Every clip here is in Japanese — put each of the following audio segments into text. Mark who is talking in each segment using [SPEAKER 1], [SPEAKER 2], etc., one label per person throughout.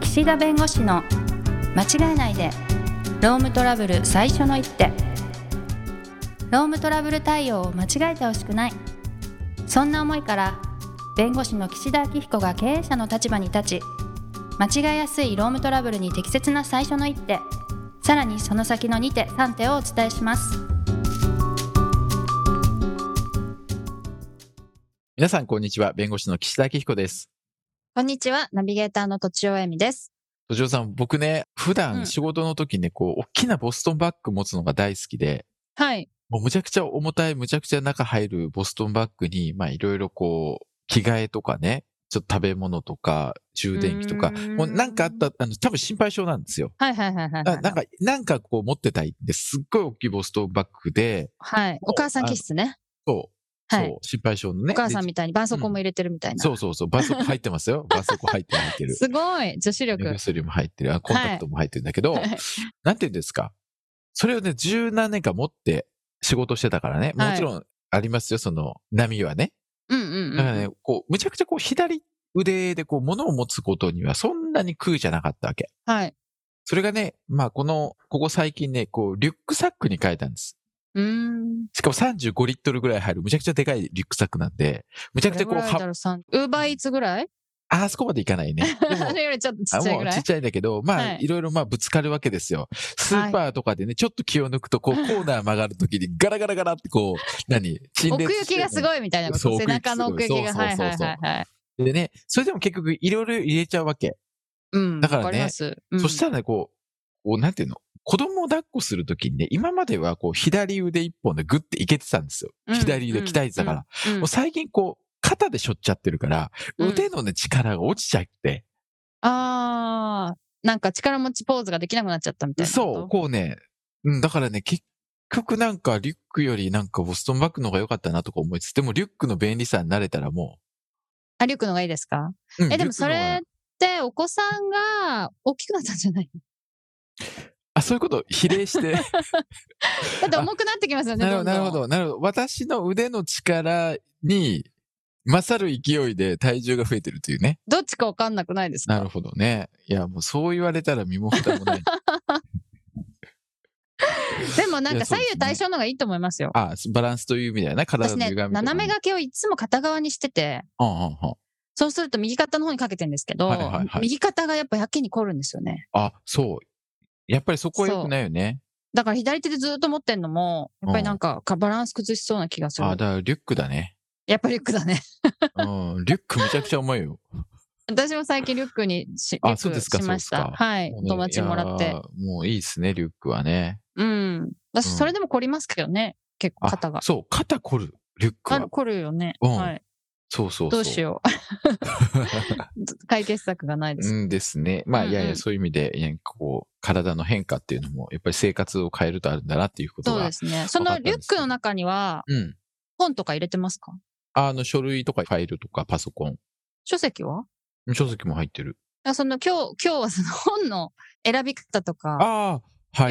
[SPEAKER 1] 岸田弁護士の間違えないでロームトラブル最初の一手ロームトラブル対応を間違えてほしくないそんな思いから弁護士の岸田明彦が経営者の立場に立ち間違えやすいロームトラブルに適切な最初の一手さらにその先の2手3手をお伝えします
[SPEAKER 2] 皆さん、こんにちは。弁護士の岸田明彦です。
[SPEAKER 1] こんにちはナビゲーターのとちおえみです
[SPEAKER 2] 土壌さん、僕ね、普
[SPEAKER 1] うん
[SPEAKER 2] 段仕事の時ね、こう、大きなボストンバッグ持つのが大好きで、
[SPEAKER 1] はい
[SPEAKER 2] もうむちゃくちゃ重たい、むちゃくちゃ中入るボストンバッグに、まあ、いろいろこう、着替えとかね、ちょっと食べ物とか、充電器とか、もうなんかあった、あの、多分心配性なんですよ。
[SPEAKER 1] はいはいはいはい
[SPEAKER 2] あなんか、なんかこう持ってたいんで、すっごい大きいボストンバッグで、
[SPEAKER 1] はいお母さん気質ね
[SPEAKER 2] そう、
[SPEAKER 1] はい
[SPEAKER 2] そう、心配性のね。
[SPEAKER 1] お母さん
[SPEAKER 2] で
[SPEAKER 1] みたいに絆創膏も入れてるみたいな、
[SPEAKER 2] そうそうそう、バス入ってますよ。バス入って入ってる。
[SPEAKER 1] すごい女子
[SPEAKER 2] 目
[SPEAKER 1] 力
[SPEAKER 2] 薬も入ってる、あコンタクトも入ってるんだけど、 なんていうんですか。それをね、十何年間持って仕事してたからね、
[SPEAKER 1] はい
[SPEAKER 2] もちろんありますよ、その波はね。
[SPEAKER 1] うんうんうん
[SPEAKER 2] だからね、こう、むちゃくちゃこう、左腕でこう、物を持つことにはそんなに苦じゃなかったわけ。
[SPEAKER 1] はい
[SPEAKER 2] それがね、まあ、この、ここ最近ね、こう、リュックサックに変えたんです。
[SPEAKER 1] うーん
[SPEAKER 2] しかも35リットルぐらい入る、むちゃくちゃでかいリュックサックなんで、むちゃくちゃこう、
[SPEAKER 1] どれぐらいだ
[SPEAKER 2] は
[SPEAKER 1] ろうさんウーバーイーツぐらい
[SPEAKER 2] ああそこまでいかないね。でも
[SPEAKER 1] あれよりちょっとち
[SPEAKER 2] あ
[SPEAKER 1] っちゃい
[SPEAKER 2] も
[SPEAKER 1] ぐ
[SPEAKER 2] う
[SPEAKER 1] ら
[SPEAKER 2] ちっ
[SPEAKER 1] い
[SPEAKER 2] ちゃいんだけど、まあ、
[SPEAKER 1] はい
[SPEAKER 2] い、ろいろまあぶつかるわけですよ。スーパーとかでね、ちょっと気を抜くと、こう、コーナー曲がるときにガラガラガラってこう、何陳
[SPEAKER 1] 奥
[SPEAKER 2] 列
[SPEAKER 1] 行きがす
[SPEAKER 2] い。
[SPEAKER 1] ごいみたいなこ
[SPEAKER 2] そう
[SPEAKER 1] と背中の奥行きが
[SPEAKER 2] そう
[SPEAKER 1] はい
[SPEAKER 2] そう
[SPEAKER 1] は
[SPEAKER 2] そ
[SPEAKER 1] いう
[SPEAKER 2] そう
[SPEAKER 1] はいはい
[SPEAKER 2] でね、それでも結局いろいろ入れちゃうわけ。
[SPEAKER 1] うん
[SPEAKER 2] だからね
[SPEAKER 1] わりますうん
[SPEAKER 2] そしたらね、こう、こうなんていうの子供を抱っこするときにね、今まではこう、左腕一本でグッていけてたんですよ。
[SPEAKER 1] うん
[SPEAKER 2] 左腕鍛えてたから。
[SPEAKER 1] うんうん
[SPEAKER 2] もう最近こう、肩でしょっちゃってるから、
[SPEAKER 1] うん
[SPEAKER 2] 腕のね、力が落ちちゃって、
[SPEAKER 1] あーなんか力持ちポーズができなくなっちゃったみたいなこと
[SPEAKER 2] そう、こうね、うん、だからね、結局なんかリュックよりなんかボストンバッグの方が良かったなとか思いつつ、でもリュックの便利さに慣れたらも
[SPEAKER 1] あリュックの方がいいですか
[SPEAKER 2] う、うん
[SPEAKER 1] えで
[SPEAKER 2] リュックの
[SPEAKER 1] もそれ
[SPEAKER 2] 方が
[SPEAKER 1] ってお子さんが大きくなったんじゃ ない
[SPEAKER 2] あ、そういうこと、比例して。
[SPEAKER 1] だって重く なってきますよね
[SPEAKER 2] なるほど、なるほ
[SPEAKER 1] どんどん
[SPEAKER 2] ど、なるほど。私の腕の力に、勝る勢いで体重が増えてるというね。
[SPEAKER 1] どっちか分かんなくないですか
[SPEAKER 2] なるほどね。いや、もうそう言われたら身も蓋 もない。
[SPEAKER 1] でもなん
[SPEAKER 2] い
[SPEAKER 1] か
[SPEAKER 2] やそう
[SPEAKER 1] 左
[SPEAKER 2] ですね
[SPEAKER 1] 右対称の方がいいと思いますよ。
[SPEAKER 2] あ、バランスという意味だよね。体
[SPEAKER 1] 私
[SPEAKER 2] の
[SPEAKER 1] ね、
[SPEAKER 2] 歪みとかね。
[SPEAKER 1] 斜め掛けをいつも片側にしてて、
[SPEAKER 2] うんうんうん。
[SPEAKER 1] そうすると右肩の方にかけてるんですけど、
[SPEAKER 2] はいはいはい
[SPEAKER 1] 右肩がやっぱやけに凝るんですよね。
[SPEAKER 2] あ、そう。やっぱりそこは良くないよね。
[SPEAKER 1] だから左手でずっと持ってんのも、やっぱりなんかかバランス崩しそうな気がする
[SPEAKER 2] あ、。だからリュックだね。
[SPEAKER 1] やっぱリュックだね。
[SPEAKER 2] うん、リュックめちゃくちゃ重いよ。
[SPEAKER 1] 私も最近リュックにし、
[SPEAKER 2] あ
[SPEAKER 1] リュック
[SPEAKER 2] そうですか
[SPEAKER 1] しまし
[SPEAKER 2] そう
[SPEAKER 1] た。
[SPEAKER 2] です
[SPEAKER 1] はい。
[SPEAKER 2] もうね
[SPEAKER 1] 友達にもらっ。
[SPEAKER 2] い
[SPEAKER 1] て
[SPEAKER 2] や。ーもういいですね、リュックはね。
[SPEAKER 1] うん。私、
[SPEAKER 2] うん
[SPEAKER 1] それでも凝りますけどね。結構
[SPEAKER 2] あ
[SPEAKER 1] 肩が。
[SPEAKER 2] そう、肩凝る、リュック
[SPEAKER 1] あ
[SPEAKER 2] は。
[SPEAKER 1] 凝るよね。
[SPEAKER 2] うん
[SPEAKER 1] はい。
[SPEAKER 2] そうそうそう。
[SPEAKER 1] どうしよう。解決策がないです。
[SPEAKER 2] うんですね。まあ、
[SPEAKER 1] うん
[SPEAKER 2] いやい
[SPEAKER 1] うん
[SPEAKER 2] や、そういう意味で、いやこう、体の変化っていうのも、やっぱり生活を変えるとあるんだなっていうこと
[SPEAKER 1] そう
[SPEAKER 2] が
[SPEAKER 1] で。すね。そ
[SPEAKER 2] わ
[SPEAKER 1] の
[SPEAKER 2] かった
[SPEAKER 1] リュ
[SPEAKER 2] ん
[SPEAKER 1] ッ
[SPEAKER 2] です
[SPEAKER 1] クの中には
[SPEAKER 2] うん。
[SPEAKER 1] 本とか入れてますか
[SPEAKER 2] あの、書類とかファイルとかパソコン、
[SPEAKER 1] 書籍は
[SPEAKER 2] 書籍も入ってる。
[SPEAKER 1] あその今日、今日はその本の選び方とか、
[SPEAKER 2] ああ、はいはい、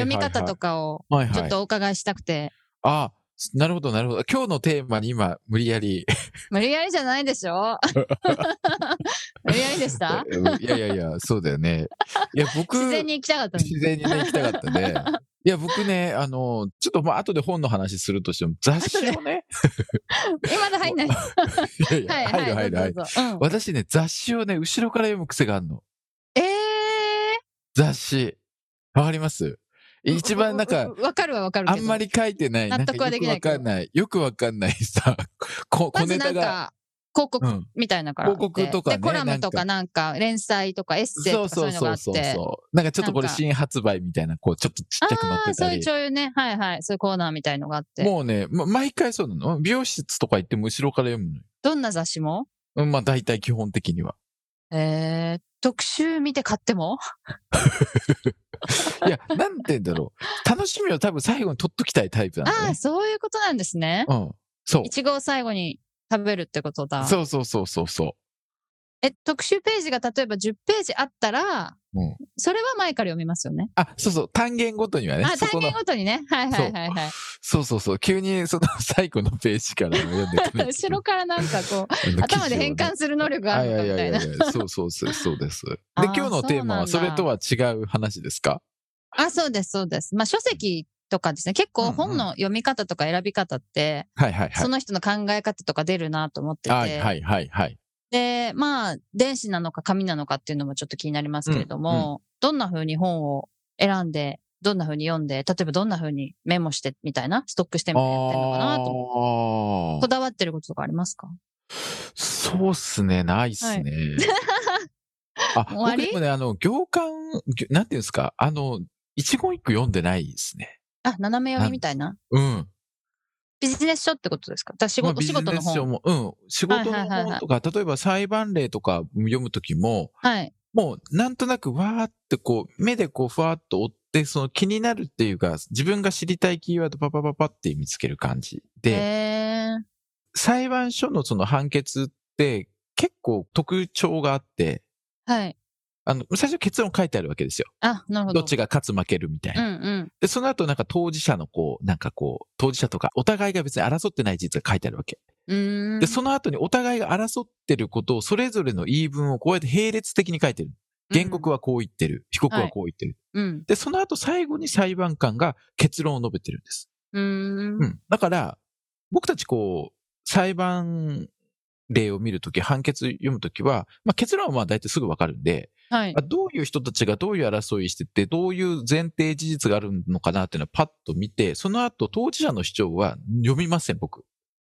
[SPEAKER 2] はい。
[SPEAKER 1] 読み方とかを
[SPEAKER 2] はいはい。
[SPEAKER 1] ちょっとお伺いしたくて、
[SPEAKER 2] ああ、なるほど、なるほど。今日のテーマに今、無理やり。
[SPEAKER 1] 無理やりじゃないでし ょ無理やりでした
[SPEAKER 2] いやいやいや、そうだよね。いや、僕。
[SPEAKER 1] 自然に行きたかったのに
[SPEAKER 2] 自然にね、行きたかった ね。いや、僕ね、あの、ちょっとまあ、後で本の話するとしても、雑誌 をね、
[SPEAKER 1] 今の入んない。 はい
[SPEAKER 2] やいや
[SPEAKER 1] い
[SPEAKER 2] 入る
[SPEAKER 1] は
[SPEAKER 2] 入
[SPEAKER 1] い。
[SPEAKER 2] る
[SPEAKER 1] ど
[SPEAKER 2] 入
[SPEAKER 1] う
[SPEAKER 2] る。
[SPEAKER 1] ぞどうぞうん
[SPEAKER 2] 私ね、雑誌をね、後ろから読む癖があるの。
[SPEAKER 1] え
[SPEAKER 2] 雑誌。わかります
[SPEAKER 1] ー
[SPEAKER 2] 一番なん
[SPEAKER 1] う
[SPEAKER 2] か
[SPEAKER 1] う、うわかるはわかるけ
[SPEAKER 2] あ
[SPEAKER 1] ど。
[SPEAKER 2] んまり書いてない、
[SPEAKER 1] 納
[SPEAKER 2] なん
[SPEAKER 1] 得
[SPEAKER 2] か
[SPEAKER 1] はで
[SPEAKER 2] よ
[SPEAKER 1] き
[SPEAKER 2] く
[SPEAKER 1] な
[SPEAKER 2] わ
[SPEAKER 1] いけど
[SPEAKER 2] かんない、よくわかんないさ、こ
[SPEAKER 1] ま
[SPEAKER 2] 小
[SPEAKER 1] ず
[SPEAKER 2] ネ
[SPEAKER 1] な
[SPEAKER 2] タ
[SPEAKER 1] ん
[SPEAKER 2] が。
[SPEAKER 1] か、広告
[SPEAKER 2] うん。
[SPEAKER 1] みたいなからあって。
[SPEAKER 2] 広告とかね
[SPEAKER 1] で、コラムとかなんか、連載とかエッセイ
[SPEAKER 2] そ
[SPEAKER 1] と
[SPEAKER 2] う
[SPEAKER 1] かそ
[SPEAKER 2] そうう
[SPEAKER 1] いうのが
[SPEAKER 2] そ
[SPEAKER 1] あ
[SPEAKER 2] う
[SPEAKER 1] っ
[SPEAKER 2] そう
[SPEAKER 1] て。
[SPEAKER 2] そう。なんかちょっとこれ
[SPEAKER 1] なんか
[SPEAKER 2] 新発売みたいな、こう、ちょっとちっちゃくなっ
[SPEAKER 1] ああ、
[SPEAKER 2] て
[SPEAKER 1] そ
[SPEAKER 2] た
[SPEAKER 1] ういう
[SPEAKER 2] り
[SPEAKER 1] ち。ょいうね。はいはい。そういうコーナーみたいのがあって。
[SPEAKER 2] もうね、ま毎回そうなの美容室とか行っても後ろから読むのよ
[SPEAKER 1] どんな雑誌も
[SPEAKER 2] うん。まあ、大体基本的には。
[SPEAKER 1] えー、特集見て買っても
[SPEAKER 2] いや、なんて言うんだろう。楽しみを多分最後に取っときたいタイプなんだ
[SPEAKER 1] あ
[SPEAKER 2] よ
[SPEAKER 1] あ、
[SPEAKER 2] ね。
[SPEAKER 1] そういうことなんですね。
[SPEAKER 2] うん。そう
[SPEAKER 1] い。ちごを最後に食べるってことだ。
[SPEAKER 2] そうそうそうそうそう。
[SPEAKER 1] え、特集ページが例えば10ページあったら、
[SPEAKER 2] うん
[SPEAKER 1] それは前から読みますよね。
[SPEAKER 2] あ、そうそう、単元ごとにはね、
[SPEAKER 1] あ、
[SPEAKER 2] そ
[SPEAKER 1] 単
[SPEAKER 2] この
[SPEAKER 1] 元、ごとにね。はいはいはいはい。
[SPEAKER 2] そうそうそう、急にその最後のページから読んでく れ
[SPEAKER 1] 後ろからなんかこう、
[SPEAKER 2] あの
[SPEAKER 1] 頭で変
[SPEAKER 2] 記事をね
[SPEAKER 1] 換する能力があるのかみたいな。
[SPEAKER 2] あいやいやいやいやそうそうそうそ うです。で
[SPEAKER 1] あー、
[SPEAKER 2] 今日のテーマは
[SPEAKER 1] そ
[SPEAKER 2] そう
[SPEAKER 1] な
[SPEAKER 2] れ
[SPEAKER 1] んだ
[SPEAKER 2] とは違う話ですか
[SPEAKER 1] あ、そうですそうです。まあ書籍とかですね、結構本の読み方とか選び方って、
[SPEAKER 2] はいはいは
[SPEAKER 1] そ
[SPEAKER 2] い。
[SPEAKER 1] の人の考え方とか出るなと思ってて、
[SPEAKER 2] はいはいはいはい。
[SPEAKER 1] で、まあ、電子なのか紙なのかっていうのもちょっと気になりますけれども、どんな風に本を選んで、どんな風に読んで、例えばどんな風にメモしてみたいな、ストックしてみたいなやってるのかなと思って
[SPEAKER 2] あ
[SPEAKER 1] こだわってることとかありますか
[SPEAKER 2] あ、そうっすね、ないっすね。あ、
[SPEAKER 1] 終わ
[SPEAKER 2] 僕
[SPEAKER 1] り
[SPEAKER 2] でもね、あの、行間、ぎょなんていうんですか、あの、一言一句読んでないですね。
[SPEAKER 1] あ、斜め読みみたいな。
[SPEAKER 2] うん。
[SPEAKER 1] ビジネス書ってことですか私、仕
[SPEAKER 2] まあ
[SPEAKER 1] 事お仕事の
[SPEAKER 2] ビジネス書
[SPEAKER 1] 本。
[SPEAKER 2] も、うん。仕事
[SPEAKER 1] はい
[SPEAKER 2] の
[SPEAKER 1] はいはいはい
[SPEAKER 2] 本とか、例えば裁判例とか読むときも、
[SPEAKER 1] はい。
[SPEAKER 2] もうなんとなくわーってこう、目でこうふわーっと追って、その気になるっていうか、自分が知りたいキーワードパパパパって見つける感じ
[SPEAKER 1] へ
[SPEAKER 2] で、
[SPEAKER 1] えー。
[SPEAKER 2] 裁判所のその判決って結構特徴があって、
[SPEAKER 1] はい。
[SPEAKER 2] あの、最初結論書いてあるわけですよ。
[SPEAKER 1] あ、なるほど。
[SPEAKER 2] どっちが勝つ負けるみたい
[SPEAKER 1] うん
[SPEAKER 2] な。
[SPEAKER 1] うん。
[SPEAKER 2] で、その後なんか当事者のこう、なんかこう、当事者とか、お互いが別に争ってない事実が書いてあるわけ。
[SPEAKER 1] うーん。
[SPEAKER 2] で、その後にお互いが争ってることを、それぞれの言い分をこうやって並列的に書いてる。原告
[SPEAKER 1] は。
[SPEAKER 2] はこう言ってる。被告はこう言ってる。
[SPEAKER 1] うん。
[SPEAKER 2] で、その後最後に裁判官が結論を述べてるんです。
[SPEAKER 1] うーん。
[SPEAKER 2] うん。だから、僕たちこう、裁判例を見るとき、判決読むときは、まあ結論はまあ大体すぐわかるんで、
[SPEAKER 1] はい
[SPEAKER 2] あ。どういう人たちがどういう争いしてて、どういう前提事実があるのかなっていうのをパッと見て、その後当事者の主張は読みません、僕。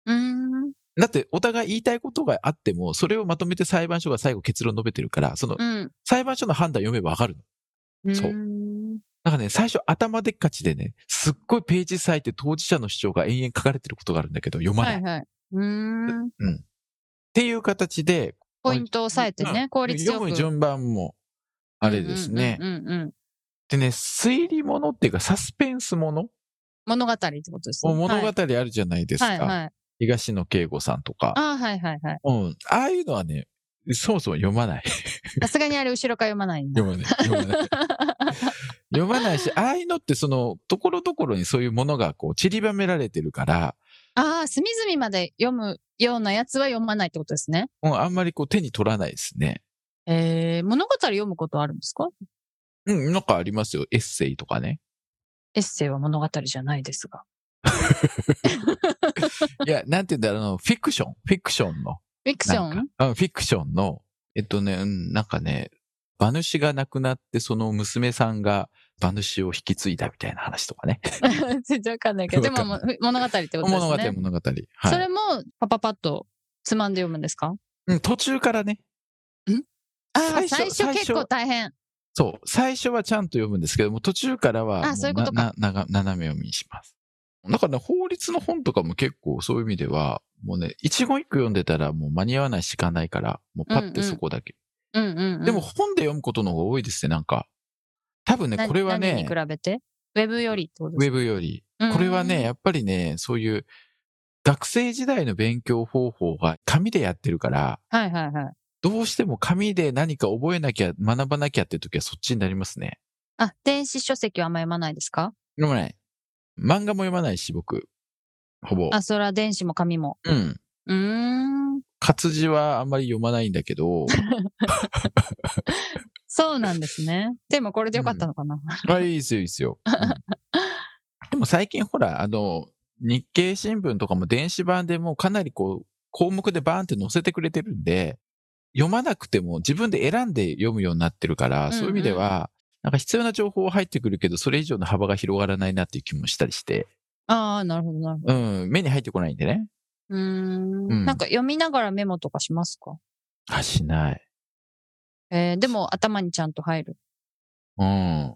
[SPEAKER 1] うーん。
[SPEAKER 2] だって、お互い言いたいことがあっても、それをまとめて裁判所が最後結論述べてるから、その
[SPEAKER 1] うん。
[SPEAKER 2] 裁判所の判断読めばわかるの。そう
[SPEAKER 1] ーん
[SPEAKER 2] なんかね、最初頭でっかちでね、すっごいページ割いて当事者の主張が延々書かれてることがあるんだけど、読ま
[SPEAKER 1] はい
[SPEAKER 2] ない。っ
[SPEAKER 1] はい。うーん。
[SPEAKER 2] ていう形で、
[SPEAKER 1] ポイントを押さえて
[SPEAKER 2] う
[SPEAKER 1] ね、
[SPEAKER 2] ん
[SPEAKER 1] 効率よく。
[SPEAKER 2] 読む順番も、あれですね。
[SPEAKER 1] うんうんうんうん。
[SPEAKER 2] でね、推理ものっていうか、サスペンスもの
[SPEAKER 1] 物語ってことですね。
[SPEAKER 2] 物語
[SPEAKER 1] はい
[SPEAKER 2] あるじゃないですか。
[SPEAKER 1] はいはい。
[SPEAKER 2] 東野圭吾さんとか。
[SPEAKER 1] あはいはいはい。
[SPEAKER 2] うん。ああいうのはね、そもそも読 まない。
[SPEAKER 1] さすがにあれ後ろから読まないんだ。
[SPEAKER 2] 読まない。読 まない。読まないし、ああいうのってその、ところどころにそういうものがこう、散りばめられてるから、
[SPEAKER 1] ああ、隅々まで読むようなやつは読まないってことですね。
[SPEAKER 2] うん、あんまりこう手に取らないですね。
[SPEAKER 1] えー、物語読むことあるんですか
[SPEAKER 2] うん、なんかありますよ。エッセイとかね。
[SPEAKER 1] エッセイは物語じゃないですが。
[SPEAKER 2] いや、なんて言うんだろうあの、フィクション。フィクションの。
[SPEAKER 1] フィクショ
[SPEAKER 2] なん
[SPEAKER 1] ン
[SPEAKER 2] かうんフィクションの、えっとね、うんなんかね、馬主が亡くなって、その娘さんが馬主を引き継いだみたいな話とかね。
[SPEAKER 1] 全然わかんないけど、でも
[SPEAKER 2] わ
[SPEAKER 1] もう物語ってことですね。
[SPEAKER 2] 物語、物語。は
[SPEAKER 1] それ
[SPEAKER 2] い。
[SPEAKER 1] もパパパッとつまんで読むんですか
[SPEAKER 2] うん、途中からね。
[SPEAKER 1] あ
[SPEAKER 2] 最
[SPEAKER 1] ー
[SPEAKER 2] 初
[SPEAKER 1] 最初
[SPEAKER 2] 最初
[SPEAKER 1] 結構大変。
[SPEAKER 2] そう。最初はちゃんと読むんですけども、途中からは
[SPEAKER 1] あ
[SPEAKER 2] も
[SPEAKER 1] そういうことか
[SPEAKER 2] ななな斜め読みにします。だからね、法律の本とかも結構そういう意味では、もうね、一言一句読んでたらもう間に合わないしかないから、もうパッてそこだけ
[SPEAKER 1] うんうん、うん。
[SPEAKER 2] でも本で読むことの方が多いですね、なんか。多分ね、
[SPEAKER 1] な
[SPEAKER 2] これは
[SPEAKER 1] 何
[SPEAKER 2] ね
[SPEAKER 1] に比、べてウェブよりってこと
[SPEAKER 2] ウ
[SPEAKER 1] で
[SPEAKER 2] ェ
[SPEAKER 1] す
[SPEAKER 2] ブより。
[SPEAKER 1] か
[SPEAKER 2] これはね、、やっぱりね、そういう学生時代の勉強方法が紙でやってるから、
[SPEAKER 1] うんはいはいはい。
[SPEAKER 2] どうしても紙で何か覚えなきゃ、学ばなきゃって時はそっちになりますね。
[SPEAKER 1] あ、電子書籍はあんま読まないですか
[SPEAKER 2] 読まない。漫画も読まないし、僕。ほぼ。
[SPEAKER 1] あ、それは電子も紙も。
[SPEAKER 2] うん。
[SPEAKER 1] うーん。
[SPEAKER 2] 活字はあんまり読まないんだけ ど、
[SPEAKER 1] そうなんです ね。でもこれでよかったのかな。
[SPEAKER 2] あ、いいですよ、いいですよ。うん でも最近ほら、あの、日経新聞とかも電子版でもうかなりこう、項目でバーンって載せてくれてるんで、読まなくても自分で選んで読むようになってるから、
[SPEAKER 1] ん
[SPEAKER 2] そういう意味では、なんか必要な情報は入ってくるけど、それ以上の幅が広がらないなっていう気もしたりして、
[SPEAKER 1] ああ、なるほど、なるほど。
[SPEAKER 2] うん、目に入ってこないんでね。
[SPEAKER 1] うーん,、
[SPEAKER 2] うん
[SPEAKER 1] なんか読みながらメモとかしますか
[SPEAKER 2] あ、しない。
[SPEAKER 1] えー、でも頭にちゃんと入る。
[SPEAKER 2] うん。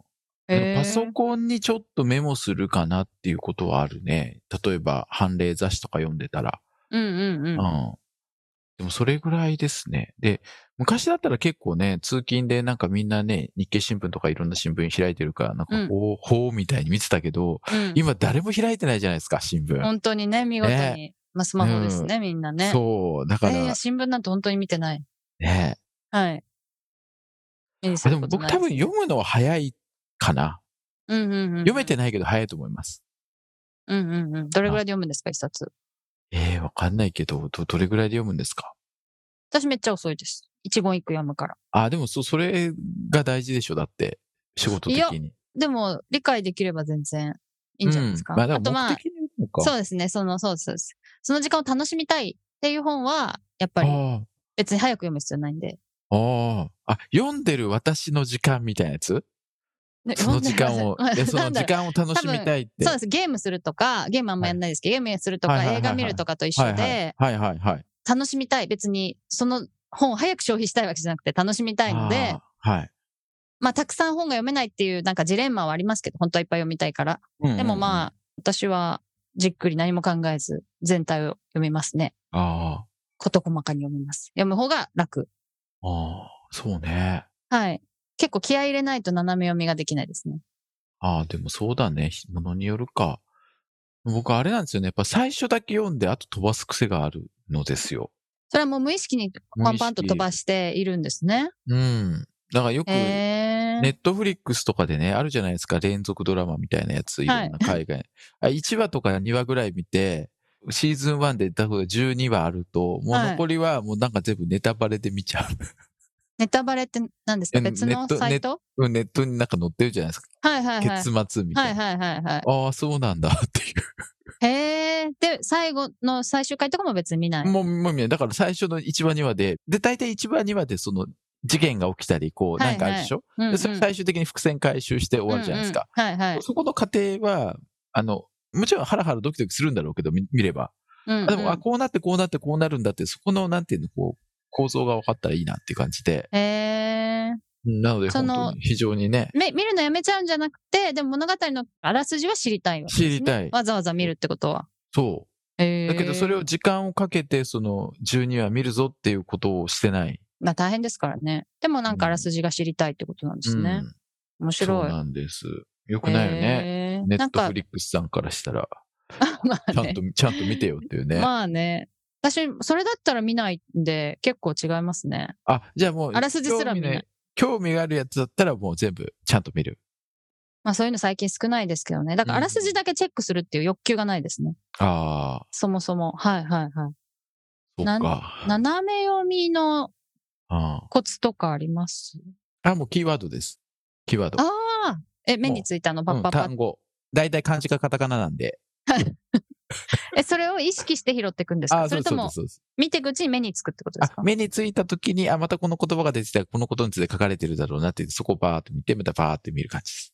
[SPEAKER 1] えー、
[SPEAKER 2] パソコンにちょっとメモするかなっていうことはあるね。例えば、判例雑誌とか読んでたら。
[SPEAKER 1] うんうんうん。
[SPEAKER 2] うん。でもそれぐらいですね。で、昔だったら結構ね、通勤でなんかみんなね、日経新聞とかいろんな新聞開いてるから、なん
[SPEAKER 1] うん
[SPEAKER 2] かほう、ほうみたいに見てたけど、
[SPEAKER 1] うん、
[SPEAKER 2] 今誰も開いてないじゃないですか、新聞。
[SPEAKER 1] 本当にね、見事に。
[SPEAKER 2] ね
[SPEAKER 1] まあ、スマホですね、みんなね。
[SPEAKER 2] そう、だか
[SPEAKER 1] えーい
[SPEAKER 2] ら
[SPEAKER 1] や、新聞なんて本当に見てない。
[SPEAKER 2] ね、
[SPEAKER 1] はい。目にす
[SPEAKER 2] あで
[SPEAKER 1] る
[SPEAKER 2] も
[SPEAKER 1] こと
[SPEAKER 2] 僕
[SPEAKER 1] ない
[SPEAKER 2] 多分読むのは早いかな。
[SPEAKER 1] うんうんうんうん、
[SPEAKER 2] 読めてないけど早いと思います。
[SPEAKER 1] うんうんうん。どれぐらいで読むんですか、一冊。
[SPEAKER 2] ええわかんないけど、ど、どれぐらいで読むんですか
[SPEAKER 1] 私めっちゃ遅いです。一言一句読むから。
[SPEAKER 2] あ、でもそ、それが大事でしょだって、仕事的に。
[SPEAKER 1] でも、理解できれば全然いいんじゃないですか。
[SPEAKER 2] うん、まあ、だ
[SPEAKER 1] あ
[SPEAKER 2] か
[SPEAKER 1] と
[SPEAKER 2] ら
[SPEAKER 1] ま
[SPEAKER 2] 目
[SPEAKER 1] あ
[SPEAKER 2] 的、によるのか。
[SPEAKER 1] そうですね。その、そうですそうです。その時間を楽しみたいっていう本は、やっぱり
[SPEAKER 2] あ
[SPEAKER 1] 別に早く読む必要ないんで。
[SPEAKER 2] あ、ああ。あ、読んでる私の時間みたいなやつ
[SPEAKER 1] ね
[SPEAKER 2] その時 間を、
[SPEAKER 1] 読んで
[SPEAKER 2] い
[SPEAKER 1] ま
[SPEAKER 2] や
[SPEAKER 1] す
[SPEAKER 2] その時間を楽しみたいって。
[SPEAKER 1] そうです。ゲームするとか、ゲームあんまやんないですけど、ゲームすると
[SPEAKER 2] は
[SPEAKER 1] か、
[SPEAKER 2] いはいはい
[SPEAKER 1] 映
[SPEAKER 2] はい
[SPEAKER 1] 画見るとかと一
[SPEAKER 2] は
[SPEAKER 1] 緒
[SPEAKER 2] いはい
[SPEAKER 1] で、
[SPEAKER 2] はいはいはい。
[SPEAKER 1] 楽しみたい。別に、その本を早く消費したいわけじゃなくて、楽しみたいので、
[SPEAKER 2] ああ。はい。
[SPEAKER 1] まあ、たくさん本が読めないっていう、なんかジレンマはありますけど、本当はいっぱい読みたいから。でも
[SPEAKER 2] あ。
[SPEAKER 1] まあ、私はじっくり何も考えず、全体を読みますね。
[SPEAKER 2] あ
[SPEAKER 1] 事細かに読みます。読む方が楽。
[SPEAKER 2] あ。ああ。そうね。
[SPEAKER 1] はい。結構気合い入れないと斜め読みができないですね。
[SPEAKER 2] ああ、でもそうだね。ものによるか。僕、あれなんですよね。やっぱ最初だけ読んで、あと飛ばす癖があるのですよ。
[SPEAKER 1] それはもう無意識にパンパンと飛ばしているんですね。
[SPEAKER 2] うん。だからよく、ネ
[SPEAKER 1] へえ。
[SPEAKER 2] ットフリックスとかでね、あるじゃないですか。連続ドラマみたいなやつ、いろんな海外。あ1話とか2話ぐらい見て、シーズン1で多分12話あると、もう
[SPEAKER 1] はい
[SPEAKER 2] 残りはもうなんか全部ネタバレで見ちゃう。
[SPEAKER 1] ネタバレって何ですか
[SPEAKER 2] え
[SPEAKER 1] 別
[SPEAKER 2] ネ
[SPEAKER 1] の
[SPEAKER 2] ット
[SPEAKER 1] サイト
[SPEAKER 2] うん ネットになんか載ってるじゃないですか。
[SPEAKER 1] はいはいはい。
[SPEAKER 2] 結末みた
[SPEAKER 1] はい
[SPEAKER 2] いな。
[SPEAKER 1] はいはいは
[SPEAKER 2] ああ、そうなんだ っていう。
[SPEAKER 1] い。へえ。で、最後の最終回とかも別に見ない。
[SPEAKER 2] もう、もう見ない。だから最初の1話2話で、で、大体1話2話でその事件が起きたり、こう、
[SPEAKER 1] はい
[SPEAKER 2] なんかあるでしょ、
[SPEAKER 1] うんうん
[SPEAKER 2] でそれ最終的に伏線回収して終わるじゃないですか。。
[SPEAKER 1] うんうんはいはい。
[SPEAKER 2] そこの過程は、あの、もちろんハラハラドキドキするんだろうけど、見見れば。
[SPEAKER 1] うんうん
[SPEAKER 2] あでも、あ、こうなってこうなってこうなるんだって、そこの、なんていうの、こう、構造が分かったらいいなっていう感じで。
[SPEAKER 1] へえ。
[SPEAKER 2] なので、
[SPEAKER 1] そ
[SPEAKER 2] 本
[SPEAKER 1] の
[SPEAKER 2] 当に非常にね、
[SPEAKER 1] め見るのやめちゃうんじゃなくて、でも物語のあらすじは知りたいわけです、ね。
[SPEAKER 2] 知りたい
[SPEAKER 1] わざわざ見るってことは。
[SPEAKER 2] そ
[SPEAKER 1] え
[SPEAKER 2] う。だけど、それを。時間をかけて、その、12話見るぞっていうことをしてない。
[SPEAKER 1] まあ大変ですからね。でもなんかあらすじが知りたいってことなんですね。
[SPEAKER 2] うん
[SPEAKER 1] 面
[SPEAKER 2] そう
[SPEAKER 1] 白い。
[SPEAKER 2] なんです。よくないよね。
[SPEAKER 1] へー
[SPEAKER 2] ネ
[SPEAKER 1] な
[SPEAKER 2] ッ
[SPEAKER 1] ん
[SPEAKER 2] ト
[SPEAKER 1] か
[SPEAKER 2] フ、リックスさんからしたら、
[SPEAKER 1] まあ
[SPEAKER 2] ちゃん
[SPEAKER 1] ね
[SPEAKER 2] と、。ちゃんと見てよっていう ね。
[SPEAKER 1] まあね。私、それだったら見ないんで、結構違いますね。
[SPEAKER 2] あ、じゃあもう、
[SPEAKER 1] あらすじすら見ない
[SPEAKER 2] 興味ね興味があるやつだったらもう全部ちゃんと見る。
[SPEAKER 1] まあそういうの最近少ないですけどね。だからあらすじだけチェックするっていう欲求がないですね。
[SPEAKER 2] ああ、
[SPEAKER 1] そもそも。はいはいは
[SPEAKER 2] そう
[SPEAKER 1] なん
[SPEAKER 2] か。
[SPEAKER 1] い。斜め読みの
[SPEAKER 2] あ
[SPEAKER 1] コツとかあります
[SPEAKER 2] あ、もうキーワードです。キーワード。
[SPEAKER 1] ああえ、目についたのパ
[SPEAKER 2] う
[SPEAKER 1] ッ
[SPEAKER 2] ん
[SPEAKER 1] パッパッ
[SPEAKER 2] 単語。大体漢字かカタカナなんで。
[SPEAKER 1] え、それを意識して拾っていくんです
[SPEAKER 2] あ
[SPEAKER 1] かそ
[SPEAKER 2] あ、そう
[SPEAKER 1] れと
[SPEAKER 2] ですそうで
[SPEAKER 1] も
[SPEAKER 2] す、そうです。
[SPEAKER 1] 見ていくうちに目につくってことです
[SPEAKER 2] あ
[SPEAKER 1] か
[SPEAKER 2] 目についた時に、あ、またこの言葉が出てきた、このことについて書かれてるだろうなって、そこをバーって見て、またバーって見る感じです。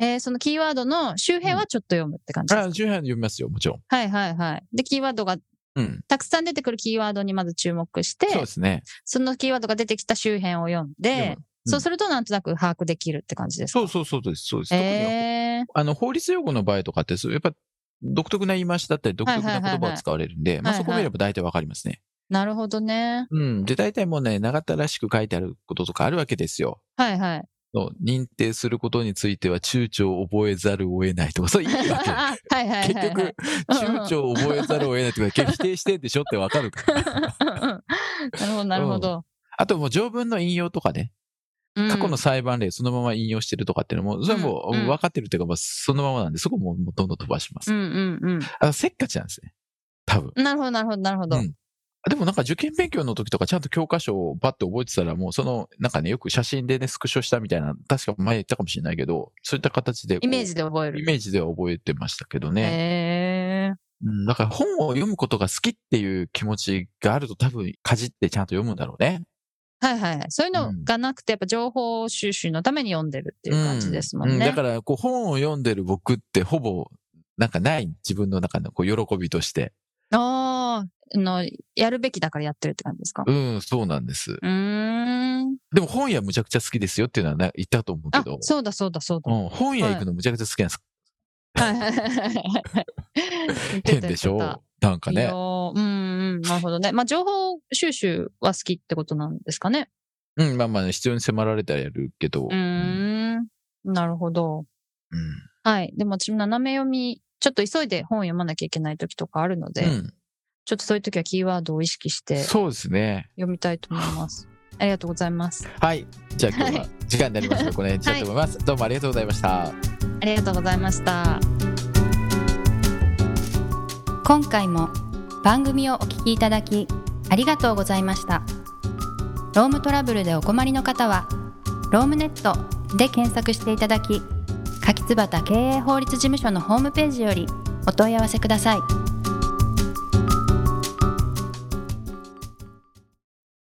[SPEAKER 1] えーそのキーワードの周辺はちょっと読むって感じです
[SPEAKER 2] あ、重要なの読みますよ、もちろん。
[SPEAKER 1] はいはいはい。で、キーワードが、
[SPEAKER 2] うん。
[SPEAKER 1] たくさん出てくるキーワードにまず注目して、
[SPEAKER 2] そうですね。
[SPEAKER 1] そのキーワードが出てきた周辺を読ん
[SPEAKER 2] で
[SPEAKER 1] で、
[SPEAKER 2] も
[SPEAKER 1] そうするとなんとなく把握できるって感じですか
[SPEAKER 2] そうそうそうです、そうです。特に
[SPEAKER 1] えー、
[SPEAKER 2] あの、法律用語の場合とかって、そうやっぱ、独特な言い回しだったり、独特な言葉を使われるんで、まあ
[SPEAKER 1] はいは
[SPEAKER 2] そ
[SPEAKER 1] い
[SPEAKER 2] こ見れば大体わかりますね。
[SPEAKER 1] なるほどね。
[SPEAKER 2] うん。で、大体もうね、長ったらしく書いてあることとかあるわけですよ。
[SPEAKER 1] はいはい。
[SPEAKER 2] の認定することについては、躊躇を覚えざるを得ないとか、そういう意味わけ。
[SPEAKER 1] あ はいはいはい、
[SPEAKER 2] 結
[SPEAKER 1] はい。
[SPEAKER 2] 局、躊躇を覚えざるを得ないとか、否定してんでしょってわか るから。
[SPEAKER 1] なるほどなるほど。
[SPEAKER 2] あともう条文の引用とかね、
[SPEAKER 1] うん
[SPEAKER 2] 過去の裁判例そのまま引用してるとかっていうのも、それはもう
[SPEAKER 1] うんうん
[SPEAKER 2] 分かってるっていうか、まあそのままなんで、そこももうどんどん飛ばしま
[SPEAKER 1] う
[SPEAKER 2] す。
[SPEAKER 1] んうん
[SPEAKER 2] あせっかちなんですね。多分。
[SPEAKER 1] うん。なるほどなるほどなるほど。
[SPEAKER 2] うんでもなんか受験勉強の時とかちゃんと教科書をバッて覚えてたらもうそのなんかねよく写真でねスクショしたみたいな確か前言ったかもしれないけどそういった形でこう
[SPEAKER 1] イメージで覚える
[SPEAKER 2] イ。メージでは覚えてましたけど
[SPEAKER 1] へ
[SPEAKER 2] ね、
[SPEAKER 1] えー。
[SPEAKER 2] うん、だから本を読むことが好きっていう気持ちがあると多分かじってちゃんと読むんだろうね
[SPEAKER 1] はいはいはい。そういう
[SPEAKER 2] う
[SPEAKER 1] の
[SPEAKER 2] ん
[SPEAKER 1] がなくて、やっぱ情報収集のために読んでるっていう感じですもんね。
[SPEAKER 2] ううだからこう本を読んでる僕ってほぼなんかない自分の中のこう喜びとして
[SPEAKER 1] あーあの、やるべきだからやってるって感じですか。
[SPEAKER 2] うんそうなんです
[SPEAKER 1] うーん。
[SPEAKER 2] でも本屋むちゃくちゃ好きですよっていうのはね言ったと思うけ
[SPEAKER 1] あ
[SPEAKER 2] ど、
[SPEAKER 1] そうだそうだそう だ。
[SPEAKER 2] うん、本屋行くのむちゃくちゃ好きなんです
[SPEAKER 1] はいはいはいはい。言って
[SPEAKER 2] 変
[SPEAKER 1] た
[SPEAKER 2] でしょ
[SPEAKER 1] 言って
[SPEAKER 2] な
[SPEAKER 1] た
[SPEAKER 2] んか
[SPEAKER 1] いい
[SPEAKER 2] ね。
[SPEAKER 1] ようんうん。なるほどね。まあ、情報収集は好きってことなんですかね。
[SPEAKER 2] うん、まあまあ、必要に迫られたらやるけど。
[SPEAKER 1] うーん。なるほど。
[SPEAKER 2] うん。
[SPEAKER 1] はい。でも私も斜め読み、ちょっと急いで本を読まなきゃいけない時とかあるので、
[SPEAKER 2] うん
[SPEAKER 1] ちょっとそういう時はキーワードを意識して
[SPEAKER 2] そうですね。
[SPEAKER 1] 読みたいと思います。ありがとうございます。
[SPEAKER 2] はい。じゃあ今日は時間になりましたのでこの辺にしたいと思い ます。どうもありがとうございました。
[SPEAKER 1] ありがとうございました。
[SPEAKER 3] 今回も番組をお聞きいただきありがとうございましたロームトラブルでお困りの方はロームネットで検索していただき柿椿経営法律事務所のホームページよりお問い合わせください